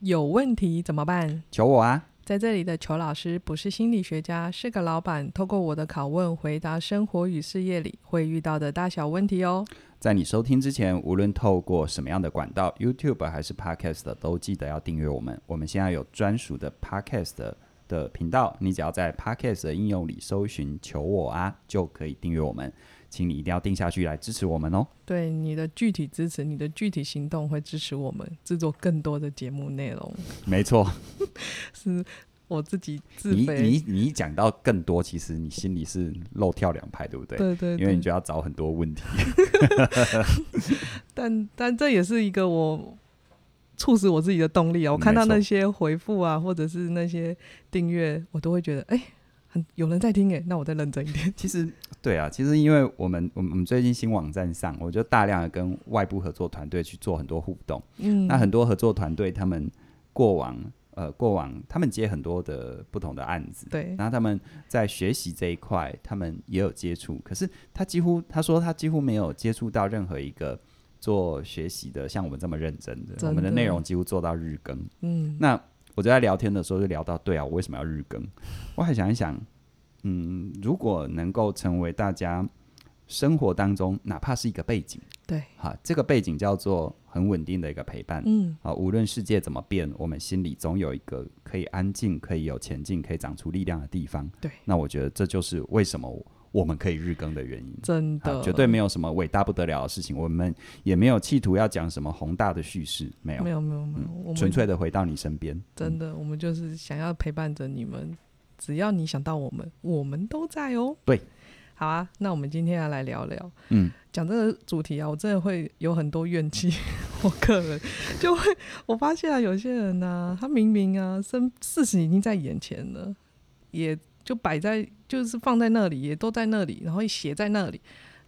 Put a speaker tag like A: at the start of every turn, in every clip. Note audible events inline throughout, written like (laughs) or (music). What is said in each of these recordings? A: 有问题怎么办？
B: 求我啊！
A: 在这里的裘老师不是心理学家，是个老板。透过我的拷问，回答生活与事业里会遇到的大小问题哦。
B: 在你收听之前，无论透过什么样的管道，YouTube 还是 Podcast，都记得要订阅我们。我们现在有专属的 Podcast 的的频道，你只要在 Podcast 的应用里搜寻“求我啊”，就可以订阅我们。请你一定要定下去来支持我们哦。
A: 对你的具体支持，你的具体行动会支持我们制作更多的节目内容。
B: 没错，
A: 是我自己 (laughs) 自
B: 你
A: 费，
B: 你你一讲到更多，其实你心里是漏跳两拍，对不对？
A: 对对
B: 因为
A: 对，
B: 你就要找很多问题。 (laughs)
A: 但但这也是一个我促使我自己的动力啊。我
B: 嗯
A: 看到
B: 没错
A: 那些回复啊，或者是那些订阅，我都会觉得哎。很有人在听哎，那我再认真一点。
B: 其实对啊，其实因为我们我们我们最近新网站上，我就大量的跟外部合作团队去做很多互动。
A: 嗯，
B: 那很多合作团队他们过往呃过往他们接很多的不同的案子，
A: 对，
B: 然后他们在学习这一块他们也有接触，可是他几乎他说他几乎没有接触到任何一个。做学习的像我们这么认真的，
A: 真的
B: 我们的内容几乎做到日更。
A: 嗯，
B: 那我就在聊天的时候就聊到，对啊，我为什么要日更？我还想一想，嗯，如果能够成为大家生活当中哪怕是一个背景，
A: 对，
B: 哈，这个背景叫做很稳定的一个陪伴，
A: 嗯，
B: 啊，无论世界怎么变，我们心里总有一个可以安静、可以有前进、可以长出力量的地方。
A: 对
B: 那我觉得这就是为什么我我们可以日更的原因。
A: 真的
B: 啊，绝对没有什么伟大不得了的事情，我们也没有企图要讲什么宏大的叙事，没有，嗯
A: 没有没有没有，我们
B: 纯粹的回到你身边。
A: 真
B: 嗯
A: 的，我们就是想要陪伴着你们，只要你想到我们，我们都在哦。
B: 对，
A: 好啊，那我们今天要来聊聊，
B: 嗯，
A: 讲这个主题啊，我真的会有很多怨气， (laughs) 我个人就会，我发现啊，有些人呢、他明明啊，生事实已经在眼前了，也就摆在，就是放在那里，也都在那里，然后写在那里，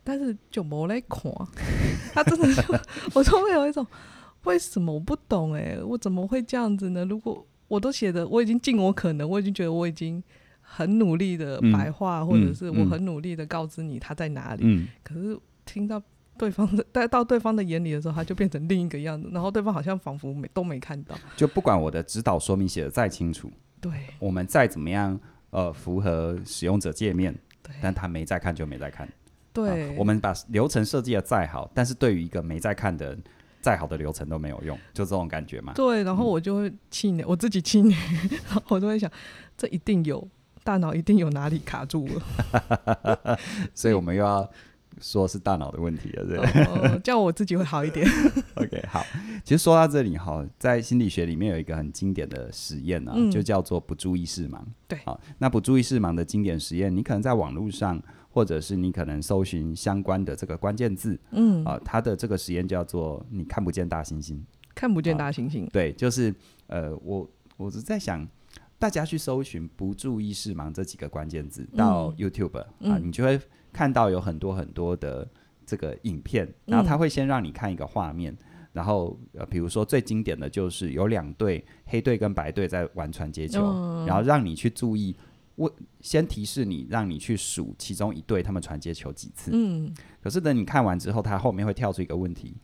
A: 但是就没来看， (laughs) 他真的就，我就会有一种，为什么我不懂、欸？哎，我怎么会这样子呢？如果我都写的，我已经尽我可能，我已经觉得我已经很努力的
B: 嗯
A: 白话，或者是我
B: 嗯
A: 很努力的告知你他在哪里，
B: 嗯，
A: 可是听到对方的，带到对方的眼里的时候，他就变成另一个样子，然后对方好像仿佛没都没看到。
B: 就不管我的指导说明写的再清楚，
A: 对
B: 我们再怎么样呃符合使用者界面，
A: 对
B: 但他没在看就没在看。
A: 对、
B: 啊我们把流程设计的再好，但是对于一个没在看的人，再好的流程都没有用，就这种感觉嘛。
A: 对，然后我就会气馁，我自己气馁， (laughs) 然后我就会想，这一定有大脑一定有哪里卡住了，
B: 所以我们又要说是大脑的问题了， (laughs) 对不对、
A: 哦，这样我自己会好一
B: (laughs)
A: 点。
B: o k 好。其实说到这里哈，在心理学里面有一个很经典的实验啊，
A: 嗯
B: 就叫做不注意视盲。
A: 对
B: 好，那不注意视盲的经典实验，你可能在网络上，或者是你可能搜寻相关的这个关键字
A: 嗯，
B: 啊，它的这个实验叫做“你看不见大猩猩”。
A: 看不见大猩猩，
B: 对，就是呃，我我是在想，大家去搜寻“不注意视盲”这几个关键字到
A: 嗯
B: YouTube、啊，
A: 嗯
B: 你就会看到有很多很多的这个影片，
A: 嗯
B: 然后他会先让你看一个画面。然后，呃，比如说最经典的就是有两队黑队跟白队在玩传接球，
A: 嗯
B: 然后让你去注意，我先提示你，让你去数其中一队他们传接球几次。
A: 嗯，
B: 可是等你看完之后，它后面会跳出一个问题，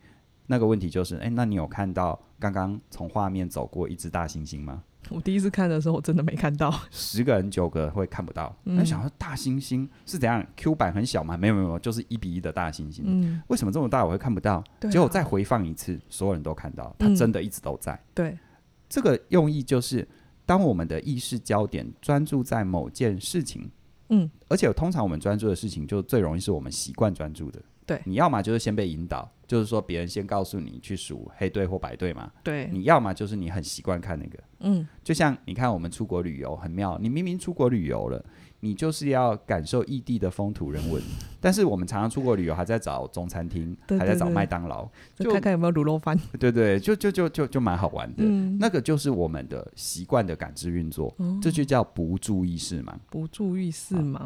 B: 那个问题就是，哎、那你有看到刚刚从画面走过一只大猩猩吗？
A: 我第一次看的时候我真的没看到，
B: 十个人九个会看不到，
A: 嗯
B: 那、想说大猩猩是怎样？Q 版很小吗？没有没有，没有就是一比一的大猩猩。
A: 嗯，
B: 为什么这么大我会看不到？
A: 对啊、
B: 结果再回放一次，所有人都看到，它
A: 嗯
B: 真的一直都在。
A: 对，
B: 这个用意就是，当我们的意识焦点专注在某件事情，
A: 嗯，
B: 而且通常我们专注的事情，就最容易是我们习惯专注的。
A: 对
B: 你要么就是先被引导，就是说别人先告诉你去数黑队或白队嘛；
A: 对，
B: 你要么就是你很习惯看那个。
A: 嗯，
B: 就像你看我们出国旅游很妙，你明明出国旅游了，你就是要感受异地的风土人文，
A: (laughs)
B: 但是我们常常出国旅游还在找中餐厅，
A: 对
B: 还在找
A: 对对
B: 麦当劳，
A: 就
B: 就
A: 看看有没有卤肉饭，
B: 对对，就就就就就蛮好玩的。
A: 嗯，
B: 那个就是我们的习惯的感知运作，
A: 哦
B: 这就叫不注意视盲。
A: 不注意视盲，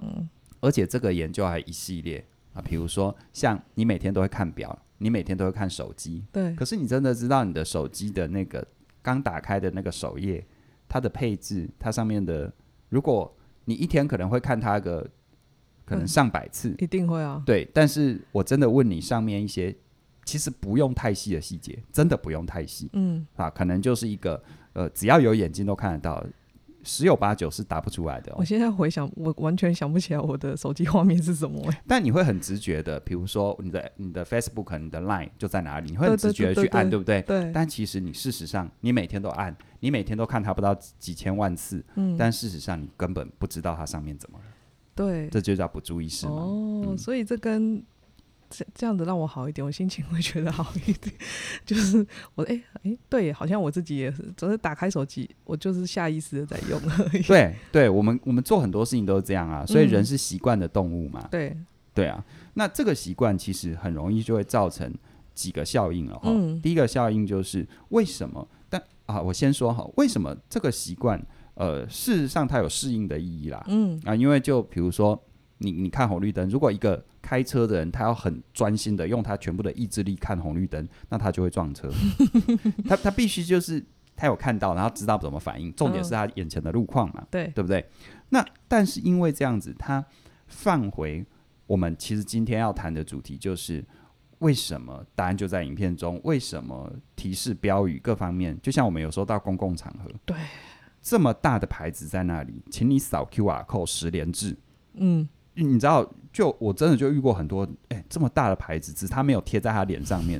B: 而且这个研究还一系列啊，比如说像你每天都会看表，你每天都会看手机，
A: 对，
B: 可是你真的知道你的手机的那个刚打开的那个首页，它的配置，它上面的，如果你一天可能会看它个可能上百次，
A: 一定会啊，
B: 对，但是我真的问你上面一些其实不用太细的细节，真的不用太细
A: 嗯，
B: 啊，可能就是一个呃，只要有眼睛都看得到，十有八九是答不出来的、哦
A: 我。现在回想，我完全想不起来我的手机画面是什么、欸。
B: 但你会很直觉的，比如说你的你的 Facebook、你的 Line 就在哪里，你会很
A: 对对
B: 直觉的
A: 对
B: 去按，
A: 对
B: 对不对？
A: (laughs) 对，
B: 但其实你事实上，你每天都按，你每天都看它不到几千万次，
A: 嗯，
B: 但事实上你根本不知道它上面怎么了，
A: 对，
B: 这就叫不注意是吗？
A: 哦，
B: 嗯
A: 所以这跟这这样子让我好一点，我心情会觉得好一点。 (laughs) 就是我哎哎、对，好像我自己也是，只是打开手机，我就是下意识的在用而已。
B: 对对，我们我们做很多事情都是这样啊，所以
A: 嗯
B: 人是习惯的动物
A: (laughs)
B: 嘛，
A: 对，
B: 对啊。那这个习惯其实很容易就会造成几个效应了哈。
A: 嗯
B: 第一个效应就是为什么？但啊，我先说哈，为什么这个习惯？呃，事实上它有适应的意义啦。
A: 嗯
B: 啊，因为就比如说你你看红绿灯，如果一个开车的人他要很专心的用他全部的意志力看红绿灯，那他就会
A: (laughs)
B: 撞车。他他必须就是他有看到，然后知道怎么反应，重点是他眼前的路况嘛，
A: 对，
B: 对不对？那但是因为这样子，他放回我们其实今天要谈的主题就是。为什么？答案就在影片中。为什么提示标语各方面，就像我们有时候到公共场合，
A: 对，
B: 这么大的牌子在那里，请你扫 QR code 十连制，
A: 嗯
B: 你知道，就我真的就遇过很多，哎、这么大的牌子，只是他没有贴在他脸上面，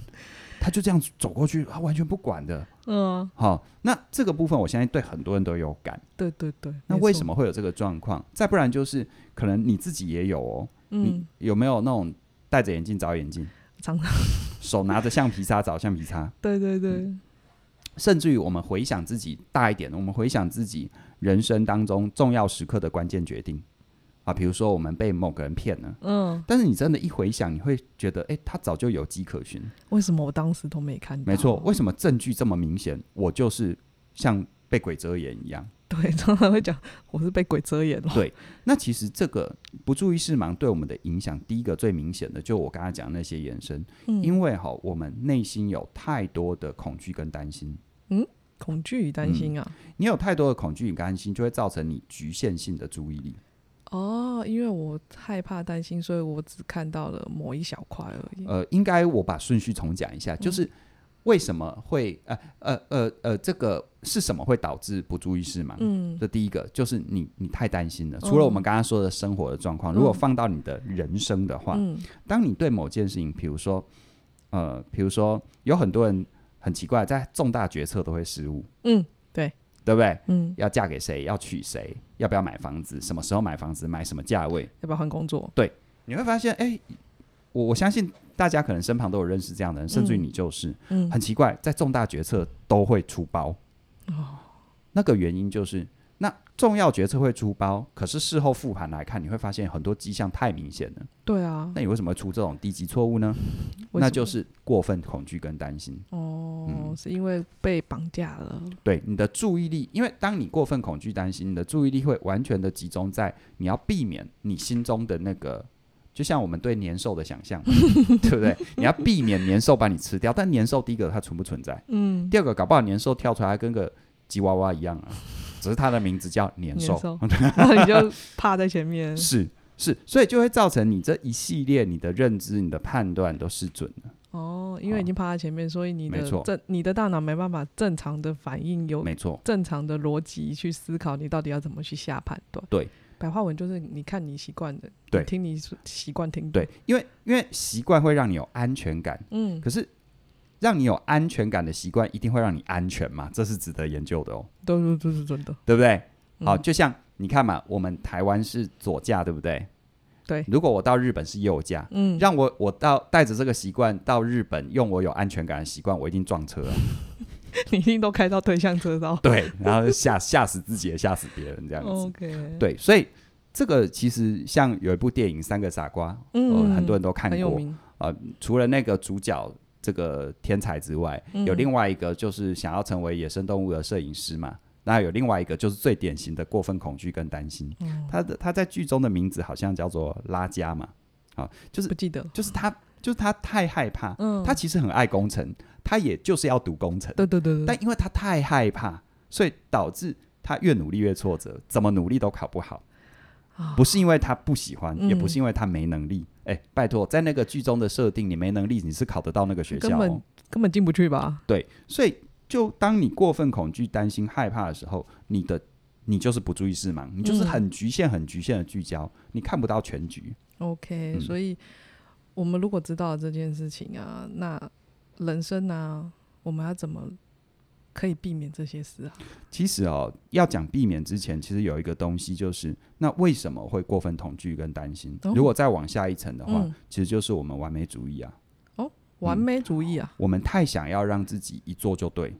B: 他就这样走过去，他完全不管的。
A: 嗯，
B: 好、那这个部分我相信对很多人都有感。
A: 对对对。
B: 那
A: 没
B: 为
A: 错
B: 什？么会有这个状况？再不然就是可能你自己也有哦，你
A: 嗯，
B: 有没有那种戴着眼镜找眼镜，
A: 常常
B: 手拿着橡皮擦找橡皮擦？
A: 对对对，
B: 甚至于我们回想自己大一点，我们回想自己人生当中重要时刻的关键决定啊，比如说我们被某个人骗了。
A: 嗯，
B: 但是你真的，一回想，你会觉得，哎、他早就有迹可循。
A: 为什么我当时都没看到？
B: 没错，为什么证据这么明显？我就是像被鬼遮眼一样。
A: 对，常常会讲我是被鬼遮眼了。
B: 对那其实这个不注意视盲对我们的影响，第一个最明显的，就我刚才讲那些延伸，
A: 嗯，
B: 因为哈，我们内心有太多的恐惧跟担心。
A: 恐惧与担心啊。
B: 你有太多的恐惧与担心，就会造成你局限性的注意力。
A: 哦，因为我害怕担心，所以我只看到了某一小块而已。
B: 呃，应该我把顺序重讲一下，
A: 嗯
B: 就是为什么会呃呃呃呃，这个是什么会导致不注意视盲？
A: 嗯，
B: 这第一个就是你，你太担心了。
A: 嗯
B: 除了我们刚刚说的生活的状况，
A: 嗯
B: 如果放到你的人生的话，
A: 嗯
B: 当你对某件事情，比如说，呃，比如说有很多人很奇怪，在重大决策都会失误，
A: 嗯
B: 对不对？
A: 嗯，
B: 要嫁给谁？要娶谁？要不要买房子？什么时候买房子？买什么价位？
A: 要不要换工作？
B: 你会发现，哎，我我相信大家可能身旁都有认识这样的人，甚至于你就是、
A: 嗯
B: 很奇怪，在重大决策都会出包。
A: 哦，
B: 那个原因就是，那重要决策会出包，可是事后复盘来看，你会发现很多迹象太明显了。
A: 对啊
B: 那，你为什么会出这种低级错误呢？
A: 为
B: 那
A: 什
B: 就
A: 么
B: 是嗯过分恐惧跟担心。
A: 哦，是因为被绑架了。
B: 对你的注意力，因为当你过分恐惧、担心，你的注意力会完全的集中在你要避免你心中的那个。就像我们对年兽的想象 (laughs) 嘛，对不对？你要避免年兽把你吃掉，但年兽第一个它存不存在，
A: 嗯，
B: 第二个搞不好年兽跳出来跟个吉娃娃一样
A: (laughs)
B: 啊，只是它的名字叫年
A: 年
B: 兽。 (laughs)
A: 兽然后你就趴在前面。
B: 是是，所以就会造成你这一系列你的认知、你的判断都失准了。
A: 哦，因为已经趴在前面，所以你
B: 没
A: 的
B: 错
A: 正你的大脑没办法正常的反应，有
B: 没错，
A: 正常的逻辑去思考，你到底要怎么去下判断。
B: 对，
A: 白话文就是你看你习惯的，
B: 对
A: 你听你习惯听的
B: 对，，因为因为习惯会让你有安全感，
A: 嗯，
B: 可是让你有安全感的习惯一定会让你安全嘛？这是值得研究的哦，
A: 对对对对真的。
B: 对不对？好，
A: 嗯
B: 就像你看嘛，我们台湾是左驾，对不对？
A: 对
B: 如果我到日本是右驾，
A: 嗯，
B: 让我我到带着这个习惯到日本，用我有安全感的习惯，我一定撞车啊、
A: (laughs) 你一定都开到对向车道。
B: 对，然后吓吓死自己，也吓死别人，这样子。
A: OK，，
B: 对，所以这个其实像有一部电影《三个傻瓜》，呃，很多人都
A: 嗯
B: 看
A: 很有
B: 过。
A: 名。
B: 除了那个主角这个天才之外，
A: 嗯
B: 有另外一个就是想要成为野生动物的摄影师嘛。那有另外一个就是最典型的过分恐惧跟担心，
A: 嗯
B: 他的他在剧中的名字好像叫做拉加嘛，啊，就是
A: 不记得，
B: 就是他就是他太害怕，
A: 嗯，
B: 他其实很爱工程，他也就是要读工程，
A: 对对对对，
B: 但因为他太害怕，所以导致他越努力越挫折，怎么努力都考不好。
A: 啊
B: 不是因为他不喜欢，
A: 嗯
B: 也不是因为他没能力，哎，拜托，在那个剧中的设定，你没能力你是考得到那个学
A: 根
B: 校、
A: 本
B: 哦，
A: 根本进不去吧？
B: 对，所以就当你过分恐惧、担心、害怕的时候，你的你就是不注意视盲，你就是很局限、很局限的聚焦，你看不到全局。
A: OK，、
B: 嗯
A: 所以我们如果知道了这件事情啊，那人生啊，我们要怎么可以避免这些事啊？
B: 其实哦，要讲避免之前，其实有一个东西就是，那为什么会过分恐惧跟担心？
A: 哦
B: 如果再往下一层的话，
A: 嗯
B: 其实就是我们完美主义啊，
A: 完美主义啊，
B: 我们太想要让自己一做就对，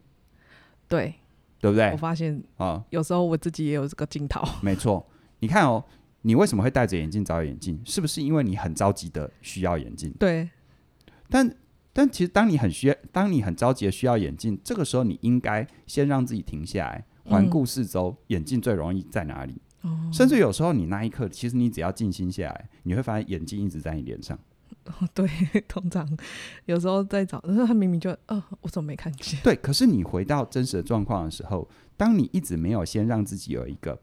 A: 对
B: 对不对
A: 我？发现
B: 啊、
A: 有时候我自己也有这个镜
B: (laughs)
A: 头，
B: 没错。你看哦，你为什么会戴着眼镜找眼镜？是不是因为你很着急的需要眼镜？
A: 对， (laughs)
B: 但但其实当你很需要，当你很着急的需要眼镜，这个时候你应该先让自己停下来，环顾四周，眼镜最容易在哪里？
A: 哦，
B: 甚至有时候你那一刻，其实你只要静心下来，你会发现眼镜一直在你脸上。
A: 对，通常有时候在找，但是他明明就，呃，我怎么没看见？
B: 对，可是你回到真实的状况的时候，当你一直没有先让自己有一个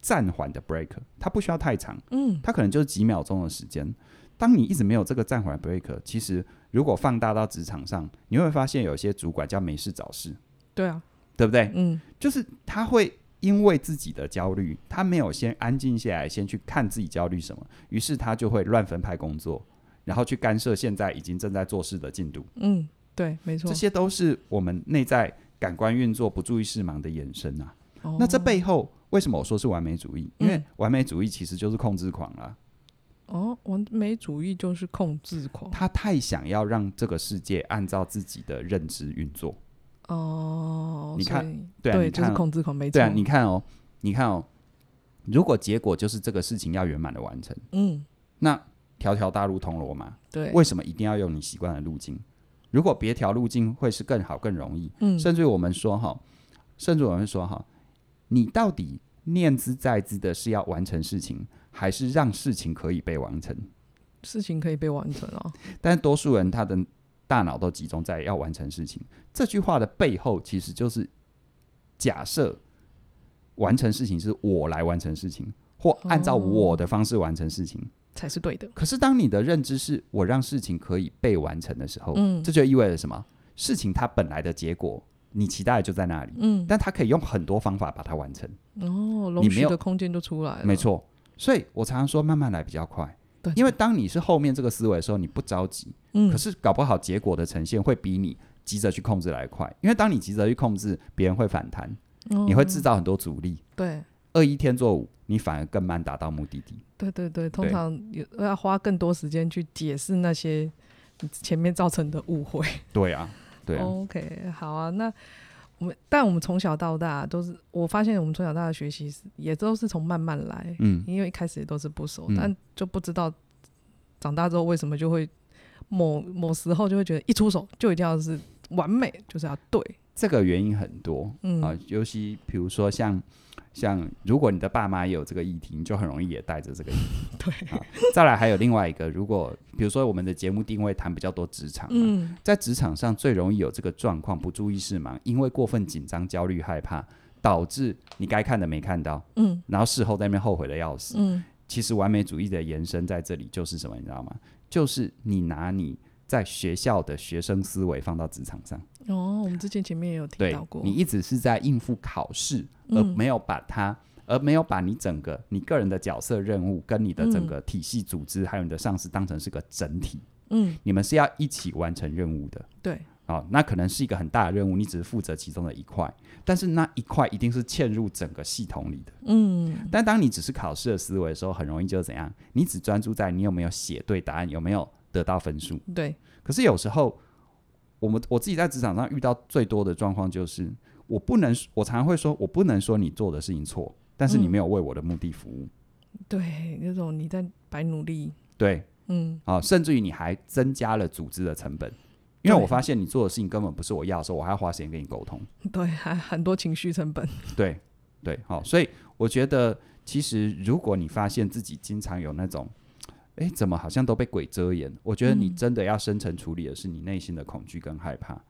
B: 暂缓的 break，它不需要太长，
A: 嗯，
B: 它可能就是几秒钟的时间。当你一直没有这个暂缓的 break，其实如果放大到职场上，你会发现有些主管叫没事找事，
A: 对啊，
B: 对不对？
A: 嗯，
B: 就是他会因为自己的焦虑，他没有先安静下来，先去看自己焦虑什么，于是他就会乱分派工作，然后去干涉现在已经正在做事的进度。
A: 嗯，对，没错
B: 这。些都是我们内在感官运作不注意视盲的衍生啊。
A: 哦
B: 那这背后为什么我说是完美主义？因为
A: 嗯
B: 完美主义其实就是控制狂啊啦、
A: 哦，完美主义就是控制狂
B: 他太想要让这个世界按照自己的认知运作。
A: 哦，
B: 你
A: 所
B: 看
A: 以
B: 对啊，你
A: 对，就
B: 看
A: 是
B: 哦
A: 控制狂，没错
B: 对，啊，你看哦，你看哦，如果结果就是这个事情要圆满的完成。
A: 嗯，
B: 那条条大路通罗马，
A: 对，
B: 为什么一定要用你习惯的路径？如果别条路径会是更好、更容易，
A: 嗯，
B: 甚至我们说哈，甚至我们说哈，你到底念兹在兹的是要完成事情，还是让事情可以被完成？
A: 事情可以被完成哦。
B: 但是多数人他的大脑都集中在要完成事情。这句话的背后其实就是假设完成事情是我来完成事情，或按照
A: 哦
B: 我的方式完成事情。
A: 才是对的。
B: 可是当你的认知是我让事情可以被完成的时候，
A: 嗯
B: 哦这就意味着什么？事情它本来的结果，你期待的就在那里，
A: 嗯，
B: 但它可以用很多方法把它完成。
A: 哦，容
B: 你没
A: 许
B: 有
A: 的空间就出来了。
B: 没，错，所以我常常说慢慢来比较快
A: 哎对。
B: 因为当你是后面这个思维的时候，你不着急，
A: 嗯，
B: 可是搞不好结果的呈现会比你急着去控制来得快。因为当你急着去控制，别人会反弹，你会制
A: 哦
B: 造很多阻力。
A: 对
B: 二一天做五，你反而更慢达到目的地。
A: 对对对，通
B: 对
A: 常有要花更多时间去解释那些你前面造成的误会。
B: 对啊，对啊，
A: OK，好啊，那我们但我们从小到大都是，我发现我们从小到大的学习是也都是从慢慢来，
B: 嗯，
A: 因为一开始也都是不熟，
B: 嗯
A: 但就不知道长大之后为什么就会某某时候就会觉得一出手就一定要是完美，就是要对，
B: 这个原因很多。
A: 嗯，
B: 啊，尤其比如说像像，如果你的爸妈也有这个议题，你就很容易也带着这个议题。 (laughs)
A: 对，
B: 再来还有另外一个，如果比如说我们的节目定位谈比较多职场、嘛，
A: 嗯，
B: 在职场上最容易有这个状况，不注意视盲，因为过分紧张、焦虑、害怕，导致你该看的没看到，
A: 嗯
B: 然后事后在那边后悔的要死。
A: 嗯，
B: 其实完美主义的延伸在这里就是什么，你知道吗？就是你拿你在学校的学生思维放到职场上。
A: 哦，我们之前前面也有提
B: 对
A: 到过，
B: 你一直是在应付考试，
A: 嗯
B: 而没有把它，而没有把你整个你个人的角色任务跟你的整个体系组织、还有你的上司当成是个整体，
A: 嗯，
B: 你们是要一起完成任务的。
A: 对，
B: 啊、那可能是一个很大的任务，你只是负责其中的一块，但是那一块一定是嵌入整个系统里的。
A: 嗯，
B: 但当你只是考试的思维的时候，很容易就怎样？你只专注在你有没有写对答案，有没有得到分数，
A: 对，
B: 可是有时候，我们我自己在职场上遇到最多的状况就是，我不能，我常常会说，我不能说你做的事情错，但是你
A: 嗯
B: 没有为我的目的服务，
A: 对，那种你在白努力，
B: 对
A: 嗯，
B: 啊，甚至于你还增加了组织的成本，因为
A: 对
B: 我发现你做的事情根本不是我要的时候，我还要花时间跟你沟通，
A: 对，还很多情绪成本，
B: 对对，好、所以我觉得其实如果你发现自己经常有那种。诶，怎么好像都被鬼遮掩？我觉得你
A: 嗯
B: 真的要深层处理的是你内心的恐惧跟害怕，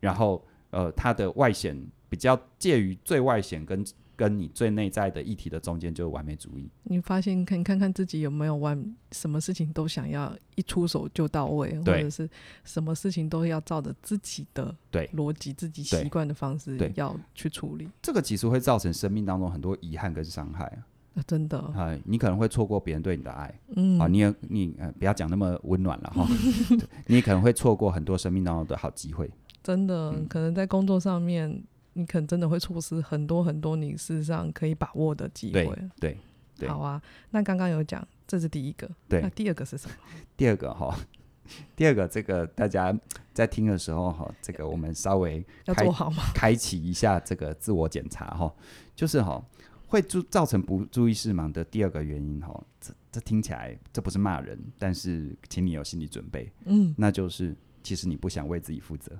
B: 然后呃，它的外显比较介于最外显跟跟你最内在的议题的中间就是完美主义。
A: 你发现看看看自己有没有完，什么事情都想要一出手就到位，或
B: 对
A: 者是什么事情都要照着自己的
B: 对
A: 逻辑、自己
B: 对
A: 习惯的方式
B: 对
A: 要去处理。
B: 这个其实会造成生命当中很多遗憾跟伤害啊、
A: 啊、真的，
B: 哎你可能会错过别人对你的爱、
A: 嗯，
B: 啊，你也你呃不要讲那么温暖了哈，
A: (laughs)
B: 对你可能会错过很多生命当中的好机会。
A: 真的、
B: 嗯
A: 可能在工作上面，你可能真的会错失很多很多你事实上可以把握的机
B: 对
A: 会。
B: 对，对
A: 好啊，那刚刚有讲，这是第一个，
B: 对
A: 那第二个是什么？
B: 第二个哈， (laughs) 第二个这个大家在听的时候哈，这个我们稍微
A: 要
B: 开
A: 做好吗？
B: 开启一下这个自我检查哈，就是哈会注造成不注意事盲的第二个原因哈，这这听起来这不是骂人，但是请你有心理准备，
A: 嗯，
B: 那就是其实你不想为自己负责。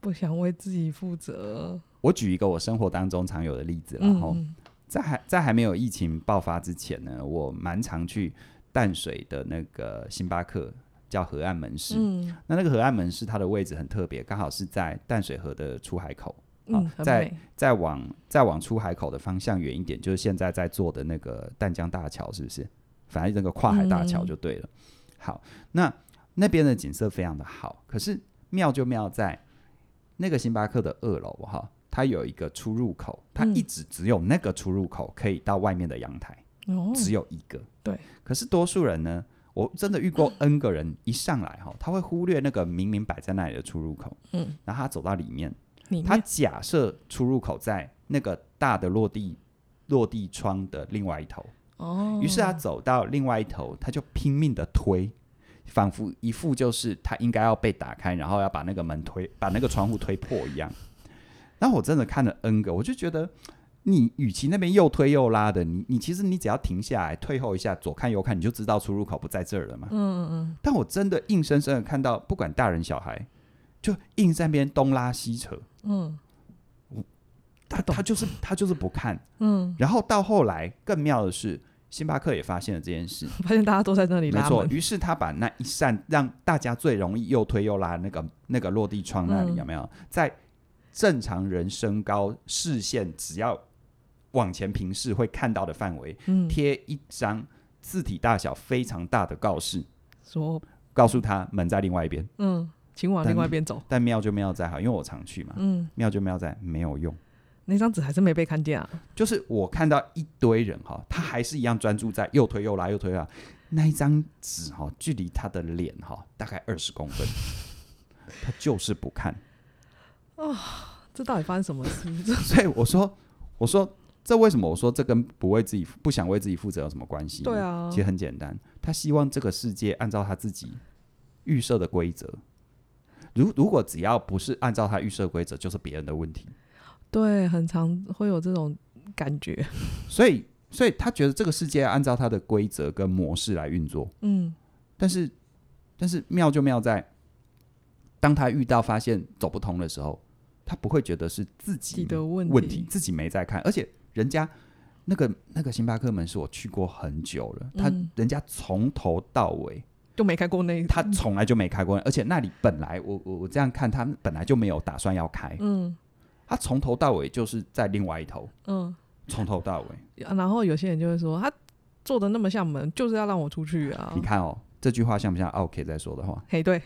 A: 不想为自己负责。
B: 我举一个我生活当中常有的例子啦，然后、
A: 嗯，嗯
B: 在还在还没有疫情爆发之前呢，我蛮常去淡水的那个星巴克叫河岸门市，
A: 嗯
B: 那那个河岸门市它的位置很特别，刚好是在淡水河的出海口。好
A: 嗯，很
B: 在
A: 美。
B: 再往再往出海口的方向远一点，就是现在在做的那个淡江大桥，是不是？反正那个跨海大桥就对了。好，那那边的景色非常的好，可是妙就妙在那个星巴克的二楼哈，它有一个出入口，它
A: 嗯
B: 一直只有那个出入口可以到外面的阳台，
A: 哦，
B: 只有一个。
A: 对，嗯
B: 可是多数人呢，我真的遇过 N 个人，一上来哈，他会忽略那个明明摆在那里的出入口，
A: 嗯，
B: 然后他走到里面。
A: 里
B: 他
A: 面
B: 假设出入口在那个大的落地落地窗的另外一头，
A: 哦，
B: 于是他走到另外一头，他就拼命的推，仿佛一副就是他应该要被打开，然后要把那个门推，把那个窗户推破一样。然后我真的看了 N 个，我就觉得。你与其那边又推又拉的，你你其实你只要停下来退后一下，左看右看，你就知道出入口不在这儿了嘛。
A: 嗯嗯
B: (laughs) 但我真的硬生生的看到，不管大人小孩，就硬在那边东拉西扯，
A: 嗯
B: 他
A: 懂
B: 他就是他就是不看，
A: 嗯
B: 然后到后来更妙的是，星巴克也发现了这件事，
A: 嗯，发现大家都在那里
B: 没
A: 拉
B: 错，
A: 门，
B: 于是他把那一扇让大家最容易又推又拉的那个那个落地窗那里、
A: 嗯
B: 有没有，在正常人身高视线只要往前平视会看到的范围，
A: 嗯，
B: 贴一张字体大小非常大的告示，
A: 说
B: 告诉他门在另外一边。
A: 嗯，请往另外一边走，
B: 但妙就妙在哈，因为我常去嘛，
A: 嗯，
B: 妙就妙在没有用。
A: 那张纸还是没被看见啊，
B: 就是我看到一堆人哈，他还是一样专注在又推又拉又推又拉，那一张纸哈，距离他的脸哈大概二十公分，他就是不看。 (laughs)
A: 这到底发生什么事？这
B: 所以我说，我说这为什么？我说这跟不为自己不想为自己负责有什么关系？
A: 对，啊
B: 其，实很简单，他希望这个世界按照他自己预设的规则。如如果只要不是按照他预设规则，就是别人的问题。
A: 对，很常会有这种感觉，
B: 所以，所以他觉得这个世界要按照他的规则跟模式来运作。
A: 嗯
B: 但是，但是妙就妙在，当他遇到发现走不通的时候，他不会觉得是
A: 自
B: 自己
A: 己的问
B: 问题，自己没在看，而且人家那个那个星巴克门是我去过很久了，他、
A: 嗯
B: 人家从头到尾
A: 就没开过那一
B: 他从来就没开过，而且那里本来我我我这样看，他本来就没有打算要开，
A: 嗯
B: 他从头到尾就是在另外一头，
A: 嗯，
B: 从头到尾，
A: 然后有些人就会说他做的那么像门，就是要让我出去啊
B: 你，看哦，这句话像不像奥 K 在说的话，
A: 嘿，对，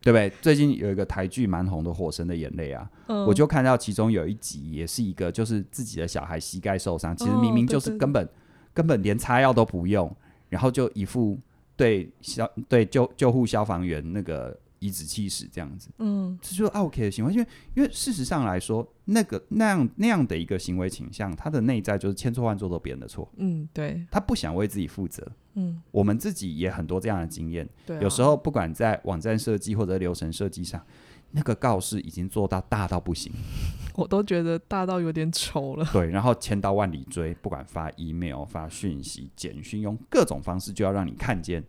B: 对不对？最近有一个台剧蛮红的《火神的眼泪》啊，
A: 嗯，
B: 我就看到其中有一集也是一个，就是自己的小孩膝盖受伤，其实
A: 哦
B: 明明
A: 对
B: 就是
A: 对
B: 根本、根本连擦药都不用，然后就一副对消对救救护消防员那个颐指气使这样子，
A: 嗯
B: 这就是啊 OK 的行为，因为因为事实上来说，那个那样那样的一个行为倾向，他的内在就是千错万错都别人的错，
A: 嗯对
B: 他不想为自己负责。
A: 嗯
B: 我们自己也很多这样的经验，
A: 对啊，
B: 有时候不管在网站设计或者流程设计上，那个告示已经做到大到不行。
A: 我都觉得大到有点丑 (laughs) 了，
B: 对，然后千刀万里追，不管发 email、发讯息、简讯，用各种方式就要让你看见。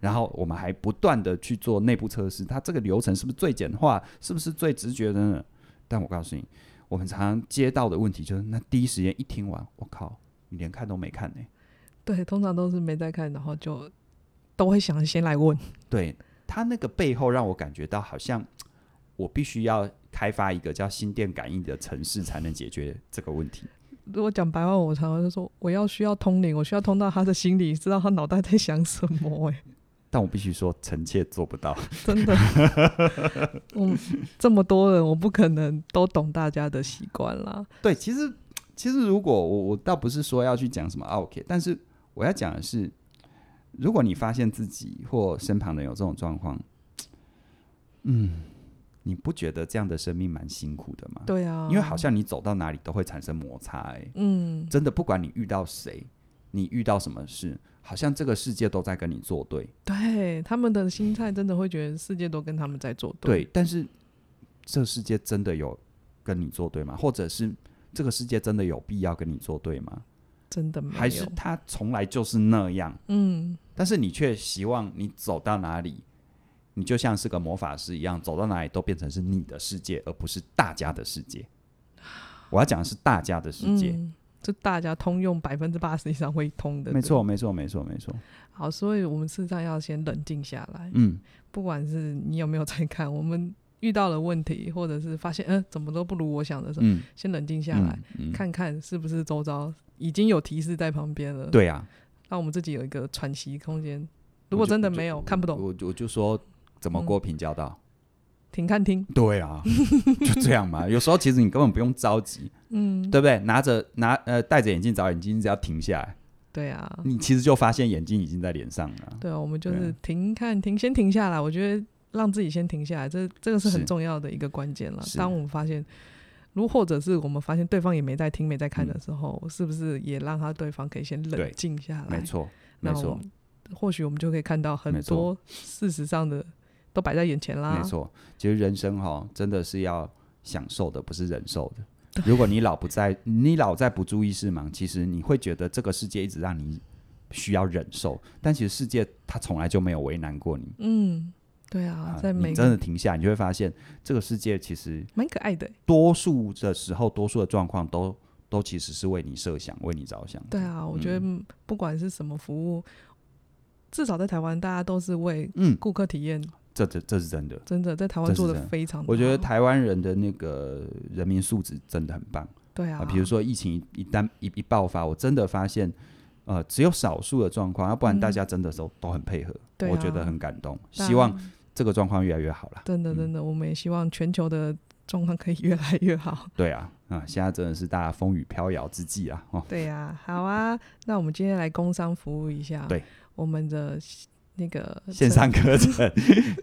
B: 然后我们还不断的去做内部测试，它这个流程是不是最简化，是不是最直觉的呢？但我告诉你，我们常常接到的问题就是，那第一时间一听完，我靠，你连看都没看呢、
A: 对，通常都是没在看，然后就都会想先来问，
B: 对他那个背后让我感觉到，好像我必须要开发一个叫心电感应的城市，才能解决这个问题。
A: 如果讲白话，我常常就说我要需要通灵，我需要通到他的心里，知道他脑袋在想什么、哎，
B: 但我必须说，臣妾做不到。
A: 真
B: (laughs)
A: 的，我这么多人，我不可能都懂大家的习惯啦。
B: 对，其实其实如果我我倒不是说要去讲什么 OK，但是我要讲的是，如果你发现自己或身旁的人有这种状况，嗯，你不觉得这样的生命蛮辛苦的吗？、
A: 对啊，
B: 因为好像你走到哪里都会产生摩擦、欸，
A: 嗯，
B: 真的，不管你遇到谁，你遇到什么事，好像这个世界都在跟你作对。
A: 对，他们的心态真的会觉得世界都跟他们在作
B: 对，但是这世界真的有跟你作对吗？或者是这个世界真的有必要跟你作对吗？
A: 真的没有。
B: 还是他从来就是那样？
A: 嗯，
B: 但是你却希望你走到哪里，你就像是个魔法师一样，走到哪里都变成是你的世界，而不是大家的世界。我要讲的是大家的世界，
A: 嗯，就大家通用百分之八十以上会通的，
B: 没。错，没错，没错，没错。
A: 好，所以我们事实上要先冷静下来，
B: 嗯，
A: 不管是你有没有在看，我们遇到了问题，或者是发现嗯、呃怎么都不如我想的时候，
B: 嗯，
A: 先冷静下来，
B: 嗯，嗯
A: 看看是不是周遭已经有提示在旁边了，，
B: 对啊。
A: 让我们自己有一个喘息空间。如果真的没有看不懂，嗯
B: 我我就说怎么过平交道？
A: 停看听，
B: 对啊， (laughs) 就这样嘛。有时候其实你根本不用着急，
A: 嗯，
B: 对不对？拿着拿呃戴着眼镜找眼镜，只要停下来，
A: 对啊，
B: 你其实就发现眼镜已经在脸上了。
A: 对啊，我们就
B: 嗯对啊
A: 是停看停，先停下来。我觉得让自己先停下来，这这个是很
B: 是
A: 重要的一个关键了。
B: 是
A: 当我们发现，如或者是我们发现对方也没在听、没在看的
B: 嗯
A: 时候，是不是也让他对方可以先冷
B: 对
A: 静下来？
B: 没，错，没
A: 那我
B: 错。
A: 们或许我们就可以看到很
B: 没错
A: 多事实上的都摆在眼前啦。
B: 没，错，其实人生哈，真的是要享受的，不是忍受的。如果你老不在，你老在不注意事忙，其实你会觉得这个世界一直让你需要忍受，但其实世界它从来就没有为难过你。
A: 嗯，对啊，在每
B: 你真
A: 个
B: 的停下，你就会发现这个世界其实
A: 蛮可爱的欸、
B: 多数的时候，多数的状况都都其实是为你设想，为你着想。
A: 对，啊，我觉得不管是什么服务，至少在台湾，大家都是为
B: 嗯，
A: 顾客体验，
B: 这这这是真的。
A: 真的在台湾
B: 这是
A: 做
B: 真
A: 的
B: 的
A: 非常
B: 我觉得
A: 好
B: 台湾人的那个人民素质真的很棒。
A: 对啊
B: 啊，，比如说疫情一一旦一一爆发，我真的发现，呃，只有少数的状况，要不然大
A: 嗯
B: 家真的都、都很配合，
A: 对
B: 我觉得
A: 啊
B: 很感动。
A: 大
B: 希望这个状况越来越好啦。
A: 真的
B: 嗯
A: 真的，我们也希望全球的状况可以越来越好。
B: 对啊，啊，现在真的是大家风雨飘摇之际啊，哦，
A: 对
B: (laughs)
A: 呀、好啊，那我们今天来工商服务一下，
B: 对
A: 我们的那个
B: 线
A: 陈，
B: 上
A: (laughs)
B: 课程，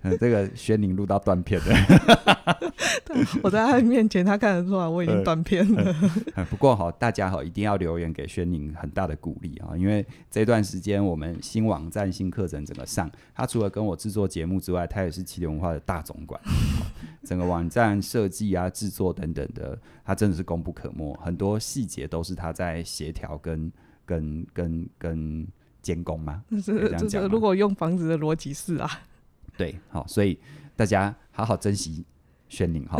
B: 呃这个轩宁录到断片的。
A: 我在他面前，他看得出来我已经
B: 呃
A: 断片了。
B: 呃 (laughs) 不过哈，大家哈一定要留言给轩宁很大的鼓励啊，因为这段时间我们新网站、新课程整个上，他除了跟我制作节目之外，他也是七点文化的大总管， (laughs) 整个网站设计啊、制作等等的，他真的是功不可没，很多细节都是他在协调跟跟跟跟监工嘛，
A: 就
B: 嗯可以
A: 是
B: 这样
A: 就是，
B: 讲
A: 如
B: 吗？
A: 果用房子的逻辑是
B: (laughs)
A: 啊，
B: 对，好，所以大家好好珍惜轩宁哈。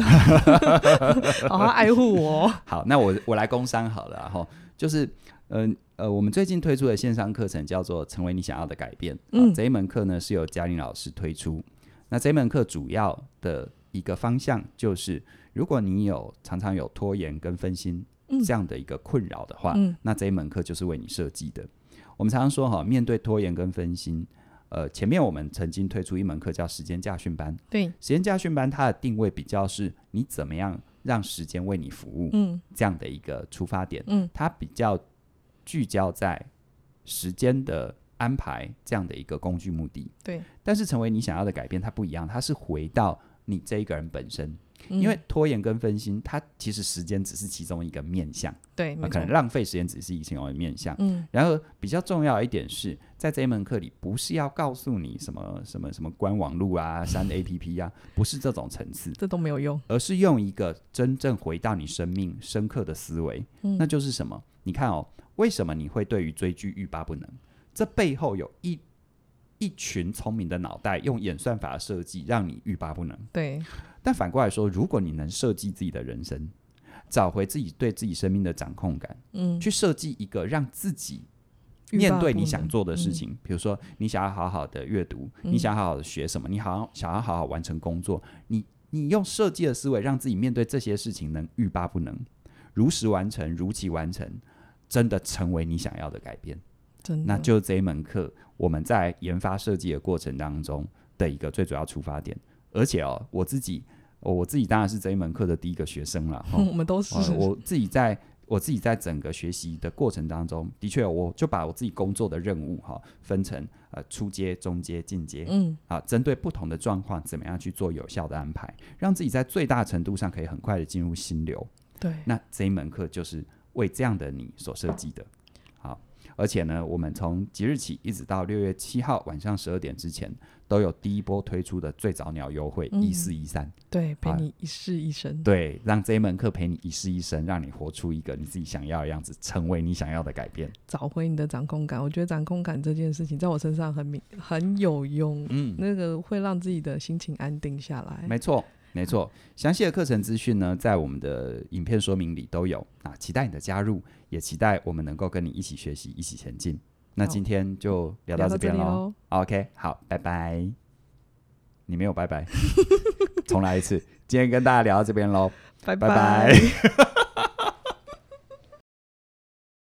A: 好好爱护我哦。
B: 好，那我我来工商好了啊，然后就是，呃呃，我们最近推出的线上课程叫做《成为你想要的改变》，嗯，
A: 嗯
B: 这一门课呢是由嘉玲老师推出。那这一门课主要的一个方向就是，如果你有常常有拖延跟分心
A: 嗯
B: 这样的一个困扰的话，
A: 嗯
B: 那这一门课就是为你设计的。我们常常说哈，面对拖延跟分心，呃，前面我们曾经推出一门课叫时间驾训班，
A: 对，
B: 时间驾训班它的定位比较是你怎么样让时间为你服务，
A: 嗯
B: 这样的一个出发点，
A: 嗯
B: 它比较聚焦在时间的安排这样的一个工具目的。
A: 对，
B: 但是成为你想要的改变，它不一样，它是回到你这一个人本身，
A: 嗯
B: 因为拖延跟分心，它其实时间只是其中一个面向，
A: 对，
B: 啊
A: 没
B: 可
A: 错
B: 能，浪费时间只是其中一个面向。
A: 嗯
B: 然后比较重要一点是，在这一门课里，不是要告诉你什么什么什么官网路
A: (laughs)
B: 啊、删 APP 啊，不是这种层次，
A: 这都没有用。
B: 而是用一个真正回到你生命深刻的思维，
A: 嗯
B: 那就是什么？你看哦，为什么你会对于追剧欲罢不能？这背后有一一群聪明的脑袋用演算法设计，让你欲罢不能。
A: 对，
B: 但反过来说，如果你能设计自己的人生，找回自己对自己生命的掌控感，
A: 嗯，
B: 去设计一个让自己
A: 欲
B: 面
A: 罢
B: 对
A: 不
B: 你想
A: 能
B: 做的事
A: 嗯
B: 情，比如说你想要好好的阅读，你
A: 嗯
B: 想要好好的学什么，你好想要好好完成工作，你你用设计的思维让自己面对这些事情能欲罢不能。如实完成、如期完成，真的成为你想要的改变。
A: 真的，
B: 那就这一门课我们在研发设计的过程当中的一个最主要出发点。而且哦，我自己、哦我自己当然是这一门课的第一个学生了。
A: (laughs)
B: 哦
A: 嗯我们都是
B: 呃，我自己在我自己在整个学习的过程当中，的确我就把我自己工作的任务哈、分成呃初阶、中阶、进阶。
A: 嗯
B: 啊，针对不同的状况，怎么样去做有效的安排，让自己在最大程度上可以很快的进入心流。
A: 对，
B: 那这一门课就是为这样的你所设计的。好，而且呢，我们从即日起一直到六月七号晚上十二点之前，都有第一波推出的最早鸟优惠
A: 嗯
B: 一四一三，
A: 对，陪
B: 啊
A: 你一世一生。
B: 对，让这一门课陪你一世一生，让你活出一个你自己想要的样子，成为你想要的改变。
A: 找回你的掌控感。我觉得掌控感这件事情在我身上很明很有用，
B: 嗯，
A: 那个会让自己的心情安定下来。
B: 没错。没错，详细的课程资讯呢，在我们的影片说明里都有啊，期待你的加入，也期待我们能够跟你一起学习，一起前进。那
A: 好
B: 今天就聊
A: 聊
B: 到
A: 到
B: 这
A: 这
B: 边
A: 里
B: 喽。
A: 喽，
B: OK，好，拜拜。你 (laughs) 没有拜拜，重来一次。今天跟大家聊到这边喽，
A: 拜
B: 拜拜。
A: (laughs)